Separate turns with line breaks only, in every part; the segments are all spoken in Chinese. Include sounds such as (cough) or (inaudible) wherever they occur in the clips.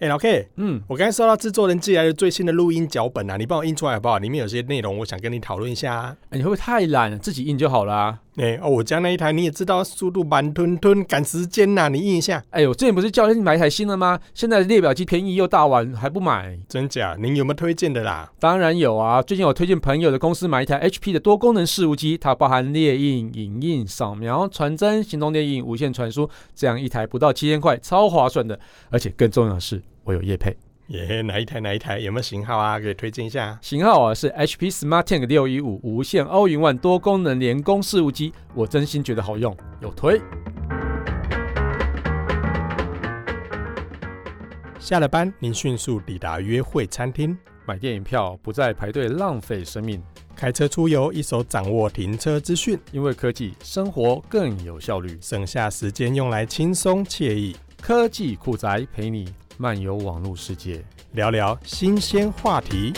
哎、老 K，
嗯，
我刚才收到制作人寄来的最新的录音脚本啊，你帮我印出来好不好？里面有些内容我想跟你讨论一下、啊。
哎你会不会太懒了？自己印就好啦、
哎、哦，我家那一台你也知道，速度慢吞吞，赶时间呐、你印一下。
哎、我之前不是叫你买一台新的吗？现在的列表机便宜又大碗，还不买？
真假？您有没有推荐的啦？
当然有啊！最近我推荐朋友的公司买一台 HP 的多功能事务机，它包含列印、影印、扫描、传真、行动列印、无线传输，这样一台不到七千块，超划算的。而且更重要的是，我有业配
耶、哪一台哪一台？有没有型号啊？可以推荐一下。
型号啊，是 HP SmartTank 六一五无线 All in One 多功能联工事务机，我真心觉得好用，有推。
下了班，您迅速抵达约会餐厅，
买电影票不再排队浪费生命，
开车出游，一手掌握停车资讯，
因为科技生活更有效率。
省下时间用来轻松惬意，
科技酷宅陪你漫游网络世界。
聊聊新鲜话题。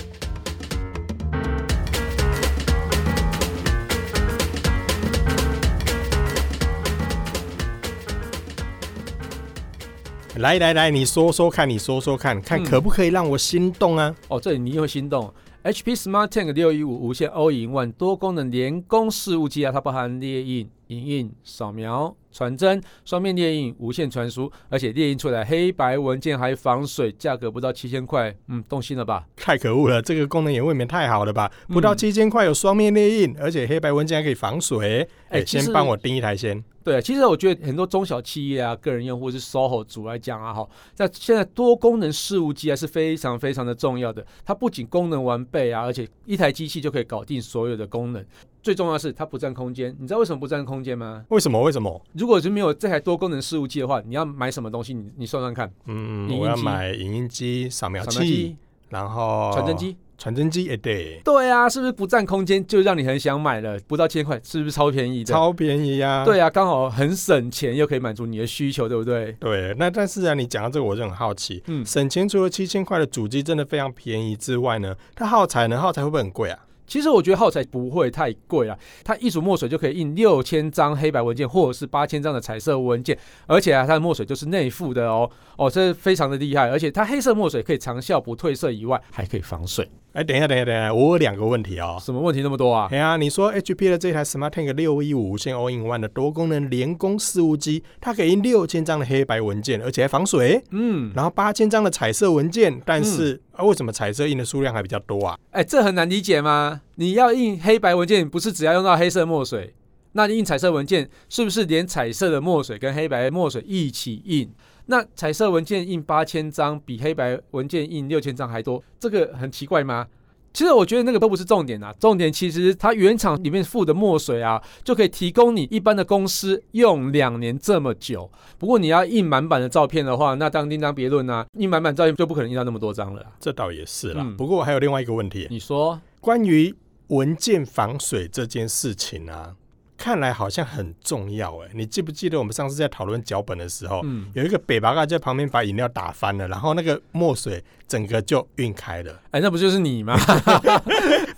来来来，你说说看，你说说看，看
嗯
可不可以让我心动啊？
哦，这里你一定会心动。HP SmartTank 六一五无线 All in One 多功能联工事务机啊，它包含列印、影印、扫描、传真、双面列印、无线传输，而且列印出来黑白文件还防水，价格不到七千块，嗯，动心了吧？
太可恶了，这个功能也未免太好了吧？不到
嗯
七千块有双面列印，而且黑白文件还可以防水。哎、
哎其
先
实
帮我订一台先。
对，其实我觉得很多中小企业啊、个人用户是 SOHO 族来讲啊，哈，那现在多功能事务机啊是非常非常的重要的。它不仅功能完备啊，而且一台机器就可以搞定所有的功能。最重要的是它不占空间，你知道为什么不占空间吗？
为什么？为什么？
如果是没有这台多功能事务机的话，你要买什么东西？你你算算看，
嗯
影，音
我要
机
买影音机、扫描
扫描
器，、然后
传真、机。
传真机，哎、对，
对啊，是不是不占空间就让你很想买了？不到千块，是不是超便宜的？
超便宜呀、啊。
对啊，刚好很省钱，又可以满足你的需求，对不对？
对，那但是啊，你讲到这个，我就很好奇，
嗯
省钱除了七千块的主机真的非常便宜之外呢，它耗材呢，耗材会不会很贵啊？
其实我觉得耗材不会太贵啊，它一组墨水就可以印六千张黑白文件，或者是八千张的彩色文件，而且啊，它的墨水就是内附的哦，哦，这非常的厉害，而且它黑色墨水可以长效不褪色以外，还可以防水，
哎，等一下，等一下，等一下，我有两个问题哦。
什么问题那么多啊？
哎呀，你说 HP 的这台 SmartTank 六一五无线 All in One 的多功能联工事务机，它可以印六千张的黑白文件，而且还防水，
嗯，
然后八千张的彩色文件，但是、啊，为什么彩色印的数量还比较多啊？
哎，这很难理解吗？你要印黑白文件，不是只要用到黑色墨水？那你印彩色文件，是不是连彩色的墨水跟黑白墨水一起印？那彩色文件印八千张，比黑白文件印六千张还多，这个很奇怪吗？其实我觉得那个都不是重点啊，重点其实它原厂里面附的墨水啊，就可以提供你一般的公司用两年这么久。不过你要印满版的照片的话，那当另当别论啊，印满版照片就不可能印到那么多张了啊。
这倒也是啦。
嗯
不过我还有另外一个问题，啊
你说
关于文件防水这件事情啊，看来好像很重要哎。你记不记得我们上次在讨论脚本的时候，
嗯
有一个北巴嘎在旁边把饮料打翻了，然后那个墨水整个就晕开
(laughs)
了，
哎，那不就是你吗？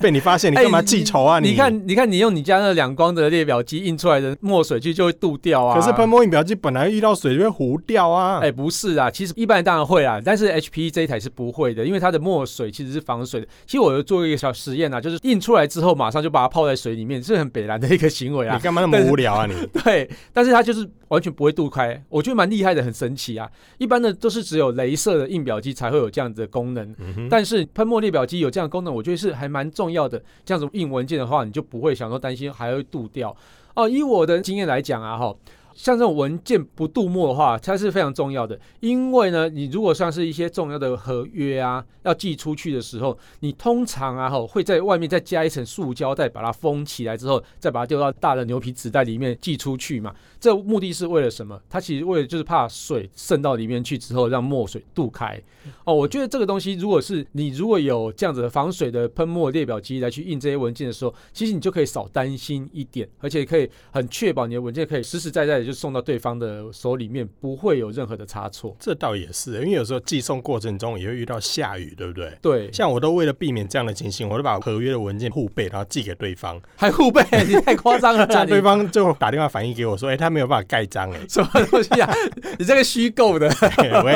被你发现，你
哎
干嘛记仇啊？
你看，你看，你用你家那两光的列表机印出来的墨水去就会镀掉啊。
可是喷墨印表机本来遇到水就会糊掉啊。
哎、不是啊，其实一般人当然会啊，但是 HP 这一台是不会的，因为它的墨水其实是防水的。其实我有做一个小实验啊，就是印出来之后马上就把它泡在水里面，是很北然的一个行为
(laughs) 你
啊。
干嘛那么无聊啊你？
对， (laughs) 但是它就是完全不会镀开，我觉得蛮厉害的，很神奇啊。一般的都是只有镭射的印表机才会有这样子的功能，
嗯哼
但是喷墨列表机有这样的功能，我觉得是还蛮重要的。这样子印文件的话，你就不会想说担心还会镀掉。哦，以我的经验来讲啊，哈。像这种文件不镀墨的话，它是非常重要的，因为呢，你如果像是一些重要的合约啊，要寄出去的时候，你通常啊哈会在外面再加一层塑胶袋把它封起来之后，再把它丢到大的牛皮纸袋里面寄出去嘛。这目的是为了什么？它其实为了就是怕水渗到里面去之后，让墨水镀开。哦，我觉得这个东西，如果是你如果有这样子的防水的喷墨列表机来去印这些文件的时候，其实你就可以少担心一点，而且可以很确保你的文件可以实实在在的就送到对方的手里面，不会有任何的差错。
这倒也是，因为有时候寄送过程中也会遇到下雨，对不对？
对，
像我都为了避免这样的情形，我都把合约的文件互背，然后寄给对方，
还互背，你太夸
(laughs)
张了
这
啦，
样对
你
方就打电话反映给我说：“哎、他没有办法盖章、
(laughs) 什么东西啊？你这个虚构的，
哎， (laughs) 喂，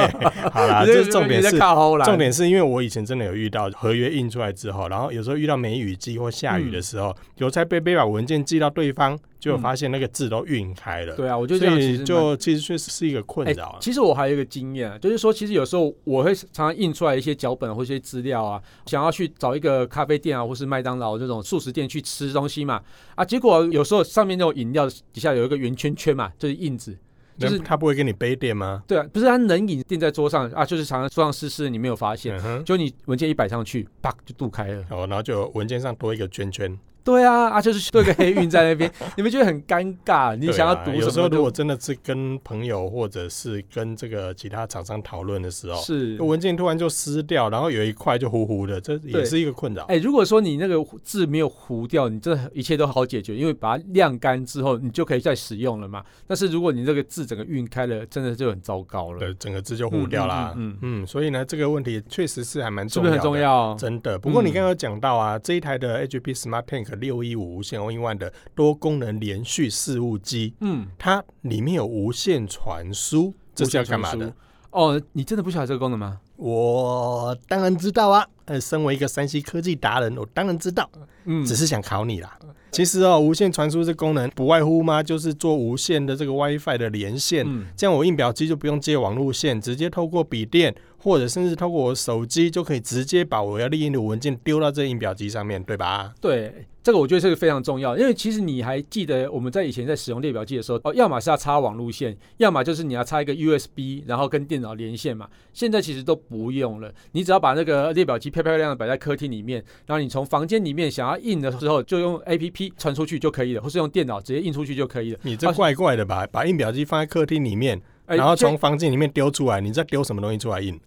好啦，
你
这
这
是重点
你在
是
靠后啦。
重点是因为我以前真的有遇到合约印出来之后，然后有时候遇到梅雨季或下雨的时候，嗯邮差贝贝把文件寄到对方，就发现那个字都晕开了。
对啊，我觉得这
所
样其
以
实蛮哎
就其实确实是一个困扰啊。
其实我还有一个经验啊，就是说，其实有时候我会常常印出来一些脚本或一些资料啊，想要去找一个咖啡店啊，或是麦当劳这种素食店去吃东西嘛，啊，结果有时候上面那种饮料底下有一个圆圈圈嘛，就是印子。就是
那他不会给你杯垫吗？
对啊，不是它冷饮垫在桌上啊，就是常常桌上湿湿的，你没有发现，
嗯哼，
就你文件一摆上去，啪就镀开了。
哦，然后就有文件上多一个圈圈。
对啊，啊 (laughs) 就是多一个黑晕在那边，你们觉得很尴尬，你
对
想要
啊
读
有
什
时候
么
如
都
果真的是跟朋友或者是跟这个其他厂商讨论的时候，
是
文件突然就撕掉，然后有一块就糊糊的，这也
对
是一个困扰。
哎、如果说你那个字没有糊掉，你这一切都好解决，因为把它晾干之后，你就可以再使用了嘛。但是如果你这个字整个晕开了，真的就很糟糕了。
对，整个字就糊掉啦。嗯
嗯
所以呢，这个问题确实是还蛮
是
重
不
要
是
的，
很重要？
真的。不过你
嗯
刚刚有讲到啊，这一台的 HP Smart Tank 六一五无线 All in One 的多功能连续事务机，
嗯，
它里面有无线传输，这是要干嘛
无线
的
传？输？哦，你真的不晓得这个功能吗？
我当然知道啊，呃，身为一个山西科技达人，我当然知道，
嗯
只是想考你啦。其实哦，无线传输这功能不外乎嘛，就是做无线的这个 WiFi 的连线，
嗯，
这样我印表机就不用接网路线，直接透过笔电或者甚至透过我手机就可以直接把我要列印的文件丢到这印表机上面，对吧？
对，这个我觉得这个非常重要，因为其实你还记得我们在以前在使用列表机的时候，哦，要么是要插网路线，要么就是你要插一个 USB，然后跟电脑连线嘛。现在其实都不用了，你只要把那个列表机漂漂亮亮地摆在客厅里面，然后你从房间里面想要印的时候，就用 APP 传出去就可以了，或是用电脑直接印出去就可以了。
你这怪怪的吧？把印表机放在客厅里面，
哎
然后
就
从房间里面丢出来，你再丢什么东西出来印？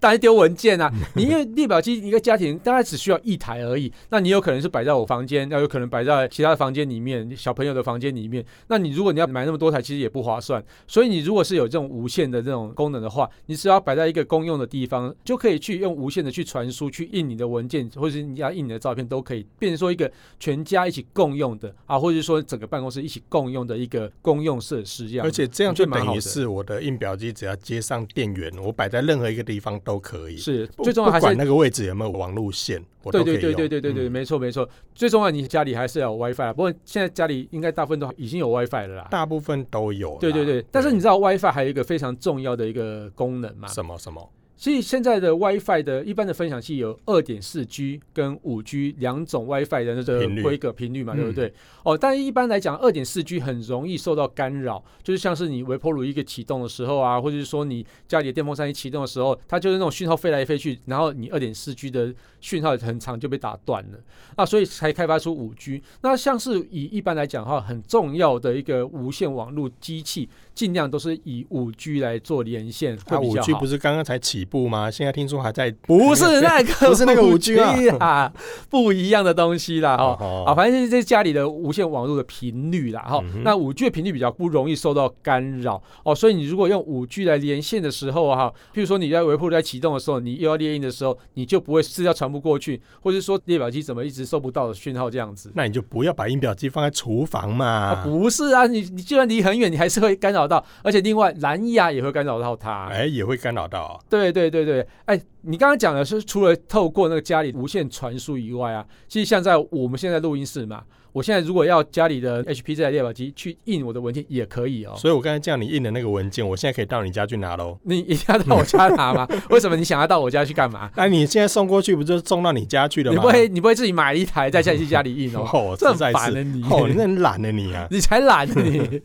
当然丢文件啊，你因为列表机一个家庭大概只需要一台而已，那你有可能是摆在我房间，那有可能摆在其他的房间里面，小朋友的房间里面。那你如果你要买那么多台，其实也不划算。所以你如果是有这种无线的这种功能的话，你只要摆在一个公用的地方，就可以去用无线的去传输、去印你的文件，或者是你要印你的照片都可以，变成说一个全家一起共用的啊，或者是说整个办公室一起共用的一个公用设施这样。
而且这样
我
就
觉得蛮
等
好
于
的
是我的印表机只要接上电源，我摆在任何一个地方都可以。
是
不
最重要还
不
是
管那个位置有没有网路线，我都
对
可以
对
用。
对对对对对，
嗯
没错没错。最重要，你家里还是要有 WiFi 啦。不过现在家里应该大部分都已经有 WiFi 了啦。
大部分都有啦。
对对对，但是你知道 WiFi 还有一个非常重要的一个功能嘛？
什么什么？
所以现在的 WiFi 的一般的分享器有二点四 G 跟五 G 两种 WiFi 的那
频率
个规格频率嘛，
嗯
对不对？哦，但一般来讲，二点四 G 很容易受到干扰，就是像是你微波炉一个启动的时候啊，或者是说你家里的电风扇一启动的时候，它就是那种讯号飞来飞去，然后你二点四 G 的讯号很长就被打断了。那所以才开发出五 G。那像是以一般来讲的话，很重要的一个无线网络机器，尽量都是以五 G 来做连线会
它
比
啊五
较
G
好。
不是刚刚才起步吗？现在听说还在
不是那个，
不是那个 5G
啊，不一样的东西啦，哦。啊，
哦，
反正就是在家里的无线网络的频率啦，哈、哦
嗯哼
那五 G 的频率比较不容易受到干扰哦，所以你如果用五 G 来连线的时候啊哈、譬如说你在维护在启动的时候，你又要列印的时候，你就不会资料传不过去，或者说列表机怎么一直收不到的讯号这样子。
那你就不要把印表机放在厨房
啊，
嘛。
不是啊，你你就算离很远，你还是会干扰到，而且另外蓝牙也会干扰到它。
哎、也会干扰到哦、
对对对对，哎，你刚刚讲的是除了透过那个家里无线传输以外啊，其实像在我们现在录音室嘛，我现在如果要家里的 HP 这台列表机去印我的文件也可以哦。
所以我刚才叫你印的那个文件，我现在可以到你家去拿喽。
你一定要到我家拿吗？为什么你想要到我家去
(laughs)
干嘛？
那、哎你现在送过去，不就送到你家去了
你
吗？
不会你不会自己买一台在家去家里
(laughs)
印哦？
哦，
这
实
很
在
烦
是
的你，
哦，你那很懒的你啊
(laughs)。
(laughs)
你才懒呢你。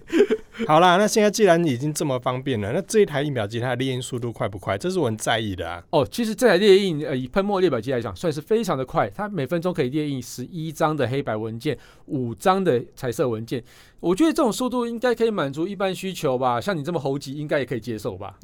好啦，那现在既然已经这么方便了，那这一台印表机它的列印速度快不快？这是我很在意的啊。
哦，其实这台列印，呃，以喷墨列表机来讲，算是非常的快。它每分钟可以列印十一张的黑白文件，五张的彩色文件。我觉得这种速度应该可以满足一般需求吧，像你这么猴急，应该也可以接受吧？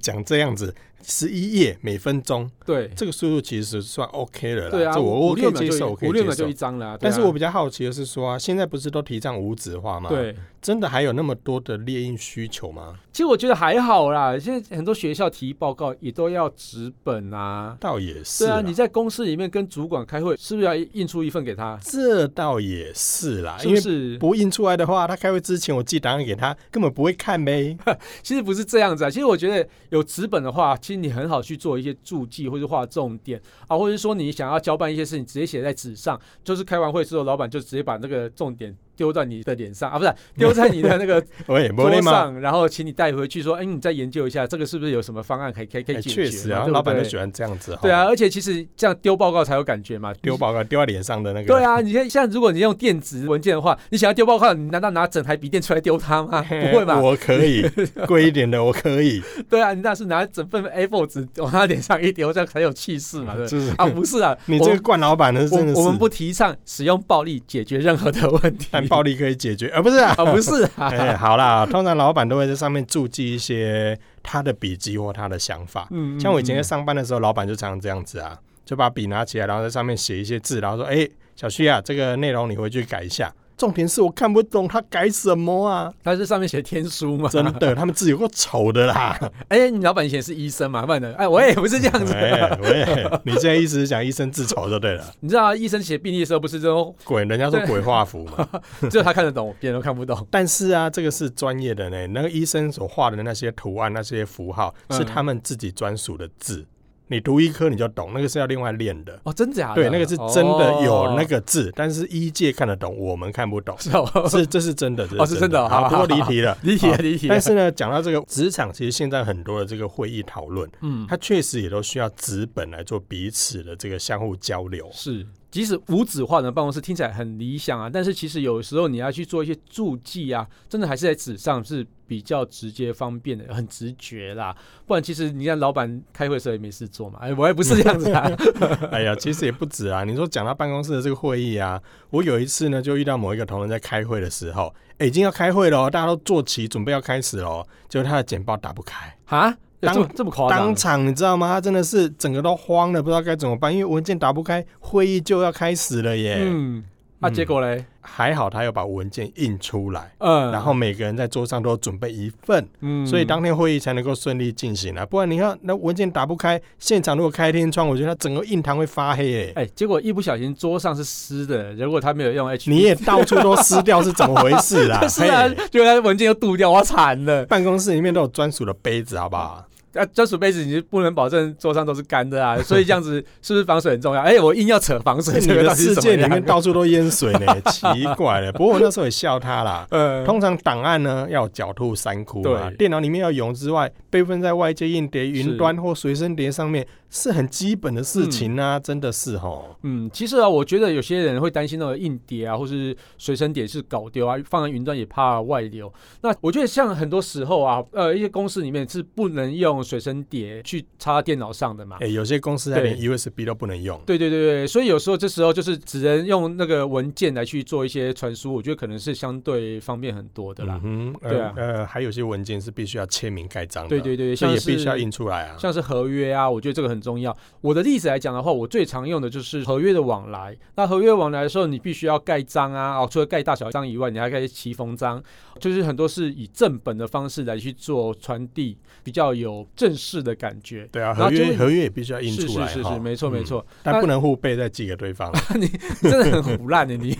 讲这样子，十一页每分钟， (laughs)
对，
这个速度其实算 OK 了啦。
对啊，
这我
五
我
五
可以
六秒
接受，
就
我可
五
以
六
接
秒就一
受。
张啦。对
但
啊
是我比较好奇的是说、啊，现在不是都提倡无纸化吗？，
对，
真的还有那么多的猎印需求吗？
其实我觉得还好啦，现在很多学校提报告也都要纸本啊。
倒也是
对
啦，
啊，你在公司里面跟主管开会，是不是要印出一份给他？
这倒也是啦，
是不
因为
是？
不印出来的话，他开会之前我寄档案给他，根本不会看
(laughs)
呗。
其实不是这样子啊。其实我觉得有纸本的话，其实你很好去做一些注记或者画重点啊，或者是说你想要交办一些事情，直接写在纸上，就是开完会之后，老板就直接把那个重点丢在你的脸上
(laughs)
啊，不是丢在你的那个
喂，不累
桌
吗？
上，然后请你带回去说，哎，你再研究一下这个是不是有什么方案可以可以可以
哎
解决嘛？
确实啊，
对不
老板都
对
喜欢这样子哈。
对啊，，而且其实这样丢报告才有感觉嘛，
丢报告丢在脸上的那个。
对啊，你现在像如果你用电子文件的话，你想要丢报告，你难道拿整台笔电出来丢
(laughs)
它吗？不会吧？
我可
(laughs)
以贵一点的，我可以，
对啊，你 (laughs) 那是拿整份 A4 纸往他脸上一丢，这样才有气势嘛，对不对？
就是
啊，不是啊，
(laughs) 你
我
这个惯老板呢，
我
真的是
我们不提倡使用暴力解决任何的问题，
但暴力可以解决，而不是啊， (laughs)
啊，不是 (laughs)
哎，
啊，
好啦，通常老板都会在上面注记一些他的笔记或他的想法。
嗯
像我以前在上班的时候，老板就常常这样子啊，就把笔拿起来，然后在上面写一些字，然后说：“哎、小旭啊，这个内容你回去改一下。”重点是我看不懂他改什么啊！
他是上面写天书嘛，
真的，他们字有够丑的啦！
哎，你老板以前是医生嘛，不然呢，哎，我也不是这样子，
哎喂，你现在意思是讲医生字丑就对
(laughs)
了，
你知道啊医生写病历的时候不是 (laughs) 都
鬼人家说鬼画符嘛。
只有他看得懂，别人都看不懂，
但是啊，这个是专业的呢。那个医生所画的那些图案、那些符号，
嗯
是他们自己专属的字。你读医科你就懂，那个是要另外练的。
哦，真假的？
对，那个是真的有那
哦，
个字，但是医界看得懂，我们看不
(laughs)
懂。
是哦，
是，这是真的，这
哦是真的好
好，不
好
过离题
(laughs)
了，
理解
好。
理解，
啊但是呢，讲到这个职场，其实现在很多的这个会议讨论，
嗯，
它确实也都需要纸本来做彼此的这个相互交流。
是，即使无纸化的办公室听起来很理想啊，但是其实有时候你要去做一些注记啊，真的还是在纸上是比较直接方便的，很直觉啦。不然其实你看老板开会的时候也没事做嘛，哎，我也不是这样子啊。
(laughs) 哎呀，其实也不止啊。你说讲到办公室的这个会议啊，我有一次呢就遇到某一个同仁在开会的时候，哎，已经要开会了哦，大家都坐齐，准备要开始了哦，结果他的简报打不开，
啊，有
当
这么这么夸张
当？场你知道吗？他真的是整个都慌了，不知道该怎么办，因为文件打不开，会议就要开始了耶。
嗯，啊，
嗯
结果嘞，
还好他有把文件印出来。
嗯，
然后每个人在桌上都准备一份，
嗯，
所以当天会议才能够顺利进行啊。不然你看那文件打不开，现场如果开天窗，我觉得它整个印堂会发黑诶、
哎，结果一不小心桌上是湿的，如果他没有用 H，
你也到处都撕掉，是怎么回事
(laughs)
啦？
是啊
嘿，
原来文件又渡掉，我惨了。
办公室里面都有专属的杯子，好不
(laughs)
好？
啊，专属杯子你就不能保证桌上都是干的啊，所以这样子是不是防水很重要？哎、我硬要扯防水，
你
这个
的
到底是
世
怎
界
么
里面
样？ (laughs)
到处都淹水呢，奇怪了。不过我那时候也笑他啦。
呃，
通常档案呢要有狡兔三窟嘛，
对
电脑里面要有之外，备份在外界硬碟、
是
云端或随身碟上面是很基本的事情啊，真的是吼。
嗯，其实啊，我觉得有些人会担心那个硬碟啊，或是随身碟是搞丢啊，放在云端也怕外流。那我觉得像很多时候啊，呃，一些公司里面是不能用随身碟去插到电脑上的嘛。
哎、有些公司还连 USB 都不能用。
对对对对，所以有时候这时候就是只能用那个文件来去做一些传输，我觉得可能是相对方便很多的啦。
嗯哼，呃
对啊
呃，还有些文件是必须要签名盖章的，
对对对，
所
像
以也
是
必须要印出来啊。
像是合约啊，我觉得这个很重要。我的例子来讲的话，我最常用的就是合约的往来。那合约往来的时候，你必须要盖章啊，哦，除了盖大小章以外，你还盖骑缝章，就是很多是以正本的方式来去做传递，比较有正式的感觉。
对啊，
然后
合
就
约
会
合约也必须要印
是
出来
是
哈，
是是，没错
嗯
没，错，
但不能互背再寄给对方。 (laughs)
真的很胡烂的你。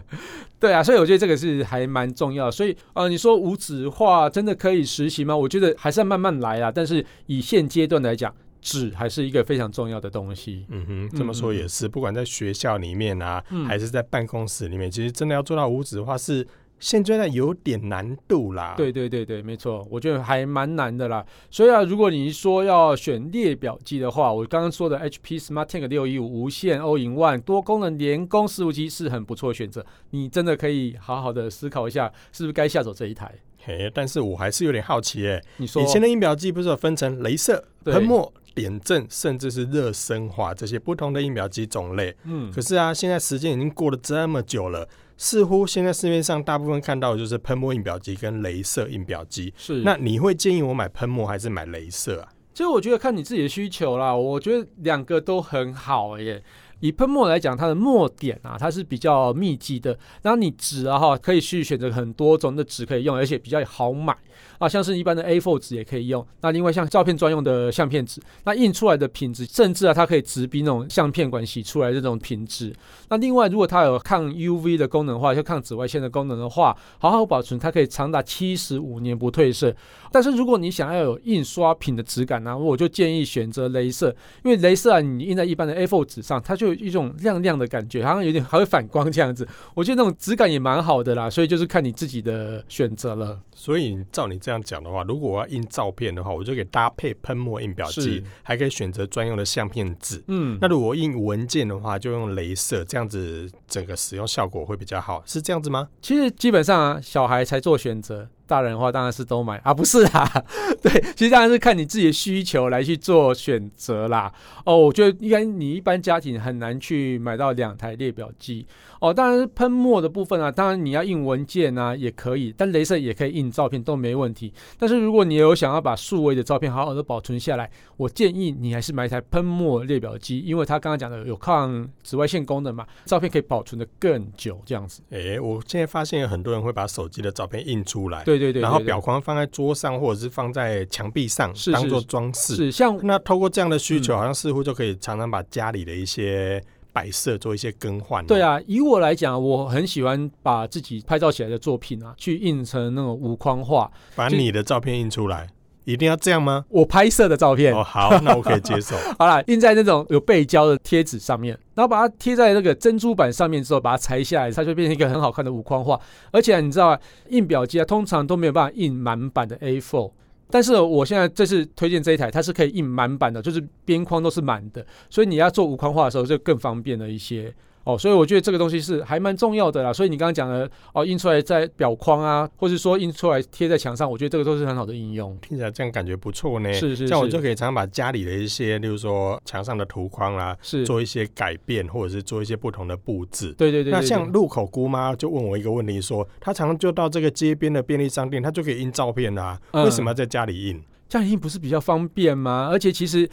(laughs) 对啊，所以我觉得这个是还蛮重要的。所以呃，你说无纸化真的可以实行吗？我觉得还是要慢慢来啦。啊但是以现阶段来讲，纸还是一个非常重要的东西。
嗯哼，这么说也是，不管在学校里面啊，
嗯
还是在办公室里面，其实真的要做到无纸化是现阶段有点难度啦。
对对对对，没错，我觉得还蛮难的啦。所以啊，如果你说要选列表机的话，我刚刚说的 HP SmartTank 六一五无线 O in One 多功能联供服务机是很不错的选择。你真的可以好好的思考一下，是不是该下手这一台？
嘿，但是我还是有点好奇诶、
你说
以前的印表机不是有分成镭射、
对
喷墨、点阵甚至是热升华这些不同的疫苗及种类。
嗯
可是啊，现在时间已经过了这么久了，似乎现在市面上大部分看到的就是喷墨印表机跟镭射印表机。
是
那你会建议我买喷墨还是买镭射啊？
其实我觉得看你自己的需求啦，我觉得两个都很好耶。以喷墨来讲，它的墨点啊，它是比较密集的。然后你纸啊哈，可以去选择很多种的纸可以用，而且比较好买啊，像是一般的 A4 纸也可以用。那另外像照片专用的相片纸，那印出来的品质，甚至啊，它可以直逼那种相片馆洗出来这种品质。那另外，如果它有抗 UV 的功能的话，就抗紫外线的功能的话，好好保存，它可以长达七十五年不褪色。但是如果你想要有印刷品的质感呢、啊我就建议选择镭射，因为镭射啊，你印在一般的 A4 纸上，它就有一种亮亮的感觉，好像有点还会反光这样子。我觉得那种质感也蛮好的啦，所以就是看你自己的选择了。
所以照你这样讲的话，如果我要印照片的话，我就给搭配喷墨印表
是
机，还可以选择专用的相片纸。
嗯，
那如果印文件的话，就用镭射，这样子整个使用效果会比较好，是这样子吗？
其实基本上啊，小孩才做选择，大人的话当然是都买啊，不是啦， (laughs) 对，其实当然是看你自己的需求来去做选择啦。哦，我觉得应该你一般家庭很难去买到两台列表机哦。当然是喷墨的部分啊，当然你要印文件啊也可以，但镭射也可以印照片都没问题。但是如果你有想要把数位的照片好好的保存下来，我建议你还是买一台喷墨列表机，因为它刚刚讲的有抗紫外线功能嘛，照片可以保存的更久这样子。
诶、我现在发现有很多人会把手机的照片印出来，
对对对，
然后
对对
表框放在桌上或者是放在墙壁上
是是
当做装饰。
是像
那透过这样的需求，
嗯
好像似乎就可以常常把家里的一些摆设做一些更换、哦
对，啊，以我来讲，我很喜欢把自己拍照起来的作品啊，去印成那种无框画，
把
就
你的照片印出来，一定要这样吗？
我拍摄的照片。
哦，好，那我可以接受。
好啦，印在那种有背胶的贴纸上面，然后把它贴在那个珍珠板上面之后，把它裁下来，它就变成一个很好看的无框画。而且、你知道、啊，印表机啊，通常都没有办法印满版的 A4。但是我现在这次推荐这一台，它是可以印满版的，就是边框都是满的，所以你要做无框画的时候就更方便了一些哦。所以我觉得这个东西是还蛮重要的啦。所以你刚刚讲的哦，印出来在表框啊，或是说印出来贴在墙上，我觉得这个都是很好的应用。
(laughs) 听起来这样感觉不错呢。
是是
这样我
是
就可以常常把家里的一些，例如说墙上的图框啦、
是，
做一些改变，或者是做一些不同的布置。
对对对对
那
对
像路口姑妈就问我一个问题说，她常常就到这个街边的便利商店，她就可以印照片啦、
嗯
为什么要在家里印？
这样印不是比较方便吗？而且其实，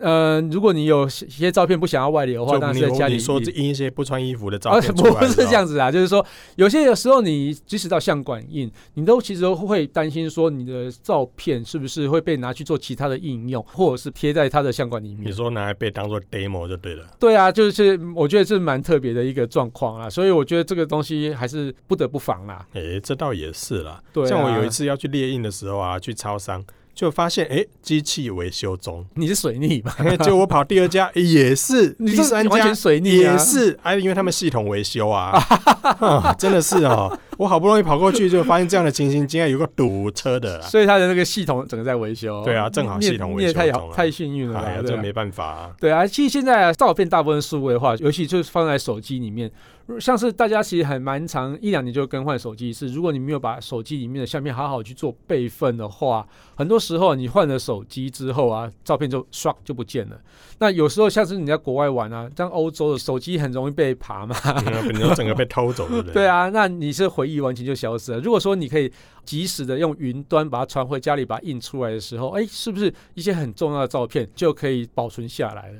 呃，如果你有些照片不想要外流的话，
就
当然
你
是在家里
你说
印
这印一些不穿衣服的照
而
片出来、
不是这，样子啊，就是说，有些时候你即使到相馆印，你都其实都会担心说你的照片是不是会被拿去做其他的应用，或者是贴在它的相馆里
你
面。
说拿来被当做 demo 就对了。
对啊，就是我觉得这蛮特别的一个状况啊，所以我觉得这个东西还是不得不防啦。
诶、这倒也是啦。
对啊
像我有一次要去列印的时候啊，去超商就发现，诶、机器维修中，
你是水逆吧？
哎结果我跑第二家、
(laughs)
诶也是，
你
第
这
三
完
家
全水逆啊
也是，哎、因为他们系统维修
(laughs)
啊，啊真的是哦，我好不容易跑过去，就发现这样的情形，竟然有个堵车的啦。
所以它的那个系统整个在维修。
对啊正好
你也
系统
你
维
也
修
太
中
好
啊
太幸运了啦。
哎呀，
对
这
啊
没办法、啊。
对啊，其实现在啊照片大部分数位化，尤其就是放在手机里面，如像是大家其实还蛮长一两年就更换手机一次。如果你没有把手机里面的相片好好去做备份的话，很多时候你换了手机之后啊，照片就唰就不见了。那有时候像是你在国外玩啊，像欧洲的手机很容易被爬嘛，
嗯你说整个被偷走，对不对？
(laughs) 对，啊，那你是回忆完全就消失了。如果说你可以及时的用云端把它传回家里，把它印出来的时候，哎，是不是一些很重要的照片就可以保存下来了？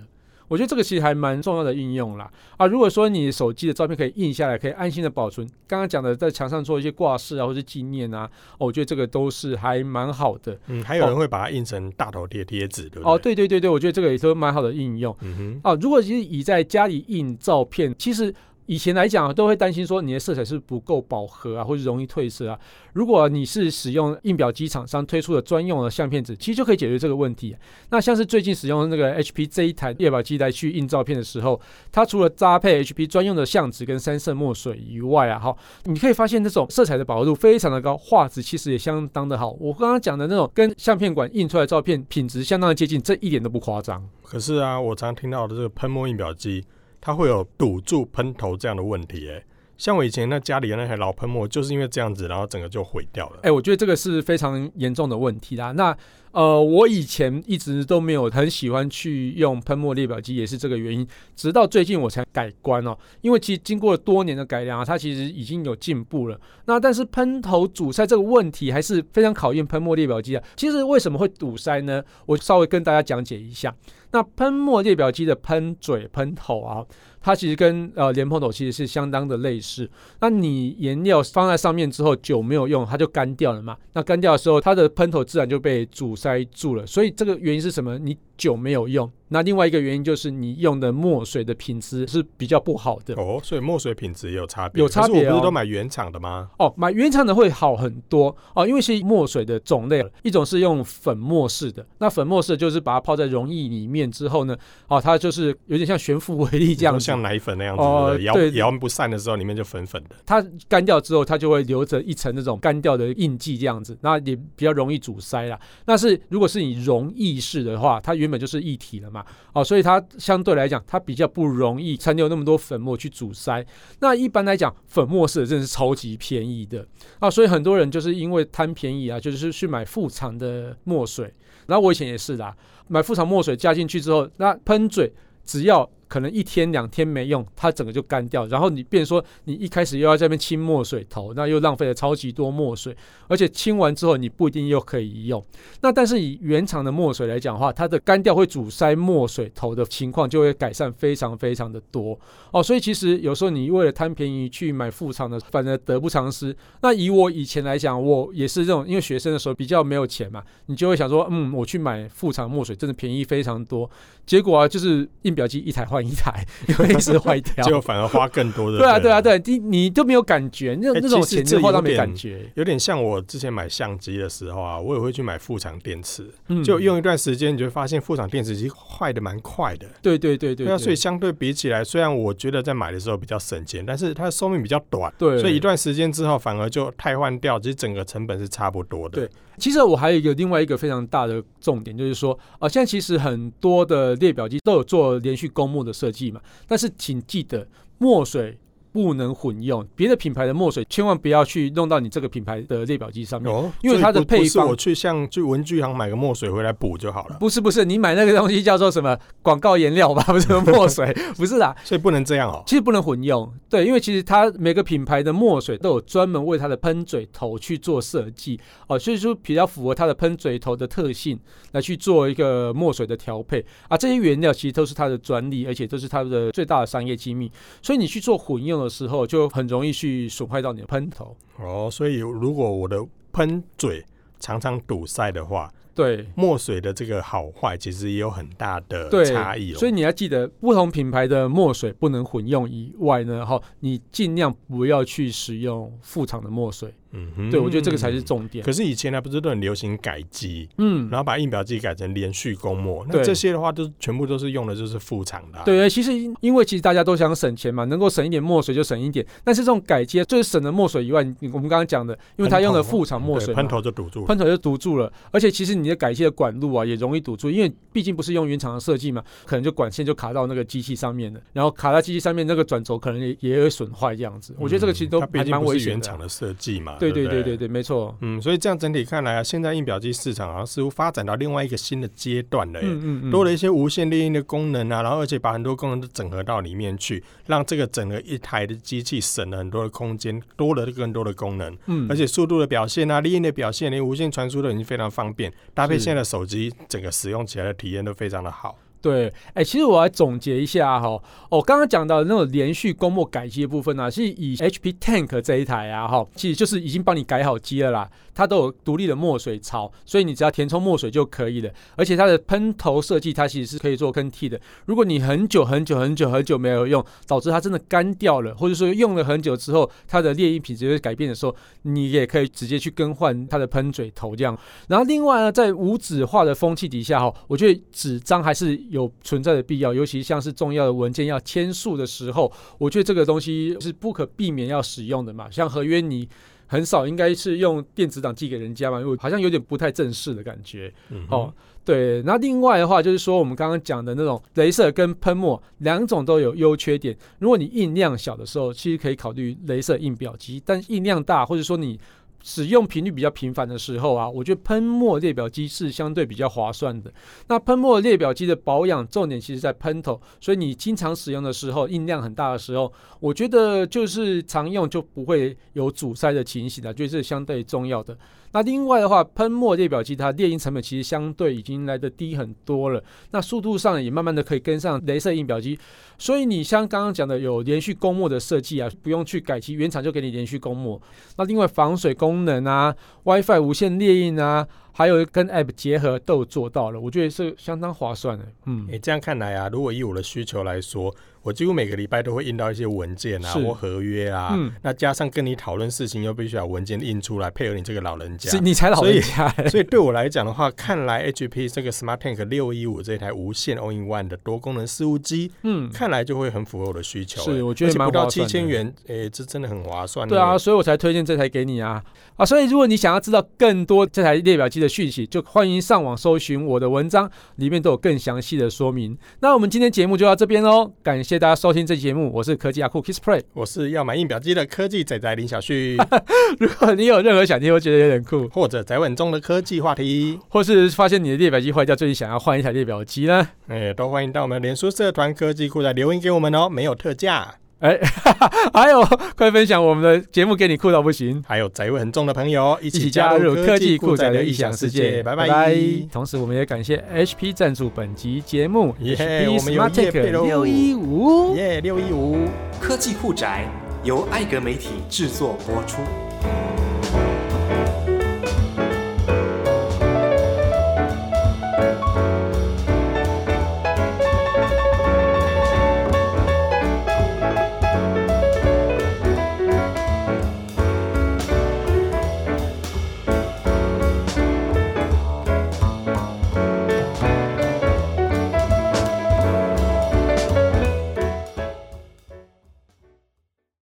我觉得这个其实还蛮重要的应用啦。啊，如果说你手机的照片可以印下来，可以安心的保存，刚刚讲的在墙上做一些挂饰啊，或是纪念啊，哦我觉得这个都是还蛮好的。
嗯，还有人会把它印成大头贴贴纸，对不对？
哦，，对对对对，我觉得这个也都蛮好的应用。
嗯哼，
啊，如果是以在家里印照片，其实以前来讲、啊、都会担心说你的色彩是不够饱和啊，或者容易褪色啊。如果你是使用印表机厂商推出的专用的相片纸，其实就可以解决这个问题。啊那像是最近使用那个 HP 这一台列表机来去印照片的时候，它除了搭配 HP 专用的相纸跟三色墨水以外啊，哈，你可以发现那种色彩的饱和度非常的高，画质其实也相当的好。我刚刚讲的那种跟相片馆印出来的照片品质相当的接近，这一点都不夸张。
可是啊，我常听到的这个喷墨印表机，它会有堵住喷头这样的问题、哎，像我以前那家里的那台老喷墨，就是因为这样子，然后整个就毁掉了。
哎、我觉得这个是非常严重的问题啦。那呃，我以前一直都没有很喜欢去用喷墨列表机，也是这个原因。直到最近我才改观哦，因为其实经过了多年的改良啊，它其实已经有进步了。那但是喷头阻塞这个问题还是非常考验喷墨列表机啊。其实为什么会堵塞呢？我稍微跟大家讲解一下。那喷墨列表机的喷嘴、喷头啊，它其实跟呃莲蓬头其实是相当的类似。那你颜料放在上面之后，久没有用，它就干掉了嘛。那干掉的时候，它的喷头自然就被阻塞住了。所以这个原因是什么？你久没有用。那另外一个原因就是你用的墨水的品质是比较不好的。
哦，所以墨水品质也有差别，
有差别
可是我不
哦
是都买原厂的吗？
哦，买原厂的会好很多哦，因为其实墨水的种类，一种是用粉末式的，那粉末式就是把它泡在溶液里面之后呢，哦，它就是有点像悬浮微粒这样
就
子，
像奶粉那样子，
哦
对不对摇
对
摇不散的时候，里面就粉粉的。
它干掉之后，它就会留着一层那种干掉的印记这样子，那也比较容易阻塞啦。但是如果是你溶液式的话，它原本就是液体了嘛，哦，所以它相对来讲，它比较不容易残留那么多粉末去阻塞。那一般来讲，粉末式的真的是超级便宜的啊，所以很多人就是因为贪便宜啊，就是去买副厂的墨水。然后我以前也是啦，买副厂墨水加进去之后，那喷嘴只要可能一天两天没用，它整个就干掉。然后你变成说你一开始又要在那边清墨水头，那又浪费了超级多墨水，而且清完之后你不一定又可以用。那但是以原厂的墨水来讲的话，它的干掉会阻塞墨水头的情况就会改善非常非常的多哦。所以其实有时候你为了贪便宜去买副厂的，反而得不偿失。那以我以前来讲，我也是这种，因为学生的时候比较没有钱嘛，你就会想说，嗯，我去买副厂墨水真的便宜非常多。结果啊，就是印表机一台换一
(laughs)
台，因为一直坏掉。
结果反而花更多的。
对啊，对啊，
不，
对，你你都没有感觉，那
哎
那种
其实
钱
这
就花
有
到没
点
感觉，
有点像我之前买相机的时候啊，我也会去买副厂电池，
嗯
就用一段时间，你就会发现副厂电池其实坏的蛮快的。
对对对对
对啊，所以相对比起来，虽然我觉得在买的时候比较省钱，但是它的寿命比较短，
对，
所以一段时间之后反而就汰换掉，其实整个成本是差不多的。
对其实我还有一个另外一个非常大的重点，就是说，啊、现在其实很多的列表机都有做连续公墨的设计嘛，但是请记得墨水不能混用，别的品牌的墨水千万不要去弄到你这个品牌的列表机上面。
哦，
因为它的
所以不
配
不是
方
我去像去文具行买个墨水回来补就好了，
不是不是，你买那个东西叫做什么广告颜料吧？不是墨水，不是啦，
所以不能这样哦。
其实不能混用，对，因为其实它每个品牌的墨水都有专门为它的喷嘴头去做设计哦，所以说比较符合它的喷嘴头的特性来去做一个墨水的调配啊。这些原料其实都是它的专利，而且都是它的最大的商业机密，所以你去做混用的时候，就很容易去损坏到你的喷头。
哦，所以如果我的喷嘴常常堵塞的话，
对，
墨水的这个好坏其实也有很大的
对
差异哦。
所以你要记得，不同品牌的墨水不能混用以外呢，哈，你尽量不要去使用副厂的墨水。
嗯哼
对，我觉得这个才是。重点。
可是以前呢，不是都很流行改机，
嗯，
然后把印表机改成连续公墨，那
对
这些的话都是全部都是用的就是副厂的、啊。，
对，其实因因为其实大家都想省钱嘛，能够省一点墨水就省一点。但是这种改接，就是省了墨水以外，你我们刚刚讲的，因为它用了副厂墨水嘛
喷头就堵住了。
喷头就堵住了，而且其实你的改接的管路啊也容易堵住，因为毕竟不是用原厂的设计嘛，可能就管线就卡到那个机器上面了，然后卡到机器上面那个转轴可能也也会损坏这样子。我觉得这个其实都
嗯它毕
还
竟
蛮
不
危
是
险
原
的啊
厂。的设计嘛。
对
对
对
不
对对。对，没错。
嗯，所以这样整体看来啊，现在印表机市场好像似乎发展到另外一个新的阶段了耶。
嗯嗯嗯，
多了一些无线列印的功能啊，然后而且把很多功能都整合到里面去，让这个整个一台的机器省了很多的空间，多了更多的功能，
嗯，
而且速度的表现啊，列印的表现，连无线传输都已经非常方便，搭配
是
现在的手机，整个使用起来的体验都非常的好。
对，哎、其实我来总结一下哈、我刚刚讲到的那种连续供墨改机的部分呢、啊，是以 HP Tank 这一台啊哈、其实就是已经帮你改好机了啦，它都有独立的墨水槽，所以你只要填充墨水就可以了。而且它的喷头设计，它其实是可以做更替的。如果你很久很久很久很久没有用，导致它真的干掉了，或者说用了很久之后，它的猎鹰品质会改变的时候，你也可以直接去更换它的喷嘴头这样。然后另外呢，在无纸化的风气底下哈，我觉得纸张还是有存在的必要，尤其像是重要的文件要签署的时候，我觉得这个东西是不可避免要使用的嘛。像合约你很少应该是用电子档寄给人家嘛，因为好像有点不太正式的感觉。
嗯哼
哦，，对，那另外的话就是说，我们刚刚讲的那种镭射跟喷墨两种都有优缺点。如果你印量小的时候，其实可以考虑镭射印表机；但印量大，或者说你使用频率比较频繁的时候啊，我觉得喷墨列表机是相对比较划算的。那喷墨列表机的保养重点其实在喷头，所以你经常使用的时候，印量很大的时候，我觉得就是常用就不会有阻塞的情形了，啊就是相对重要的。那另外的话，喷墨列表机它猎鹰成本其实相对已经来的低很多了，那速度上也慢慢的可以跟上镭射印表机，所以你像刚刚讲的有连续供墨的设计啊，不用去改漆，原厂就给你连续供墨。那另外防水功能啊，WiFi 无线猎印啊，还有跟 App 结合都有做到了，我觉得是相当划算的。嗯
诶、，这样看来啊，如果以我的需求来说，我几乎每个礼拜都会印到一些文件啊
是
或合约啊，
嗯
那加上跟你讨论事情又必须把文件印出来配合你这个老人家
是。你才老
所以
人家、欸，
(laughs) 所以对我来讲的话，看来 HP 这个 Smart Tank 六一五这台无线 All in One 的多功能事务机， (laughs)
嗯。
看来就会很符合我的需求、
是
诶
我觉得
而且
蛮
不到
划
七
算的
千元，诶、这真的很划算。欸
对啊，，所以我才推荐这台给你啊啊！所以如果你想要知道更多这台列表机的讯息，就欢迎上网搜寻我的文章，里面都有更详细的说明。那我们今天节目就到这边喽，感谢大家收听这期节目，我是科技阿酷 Kiss Play。
我是要买印表机的科技仔仔林小
(laughs)
旭，
如果你有任何想听，我觉得有点酷，
或者宅稳中的科技话题，
或是发现你的列表机坏掉，最近想要换一台列表机呢？ (laughs)
诶、欸都欢迎到我们的脸书社团科技库来留言给我们哦，没有特价。
哎，还有，快分享我们的节目给你酷到不行，
还有宅味很重的朋友一
一
起
起
加
加
入
入
科
科
技
技
酷
酷
宅
宅
的
的
异
异
想
想
世
世
界，
界，
拜
拜
拜。
拜。同时，我们也感谢 HP 赞助本集节目
耶
，HP
我们有
Smart
业配
Tech
喽
六一五。
耶，六一五。
科技酷宅由艾格媒体制作播出。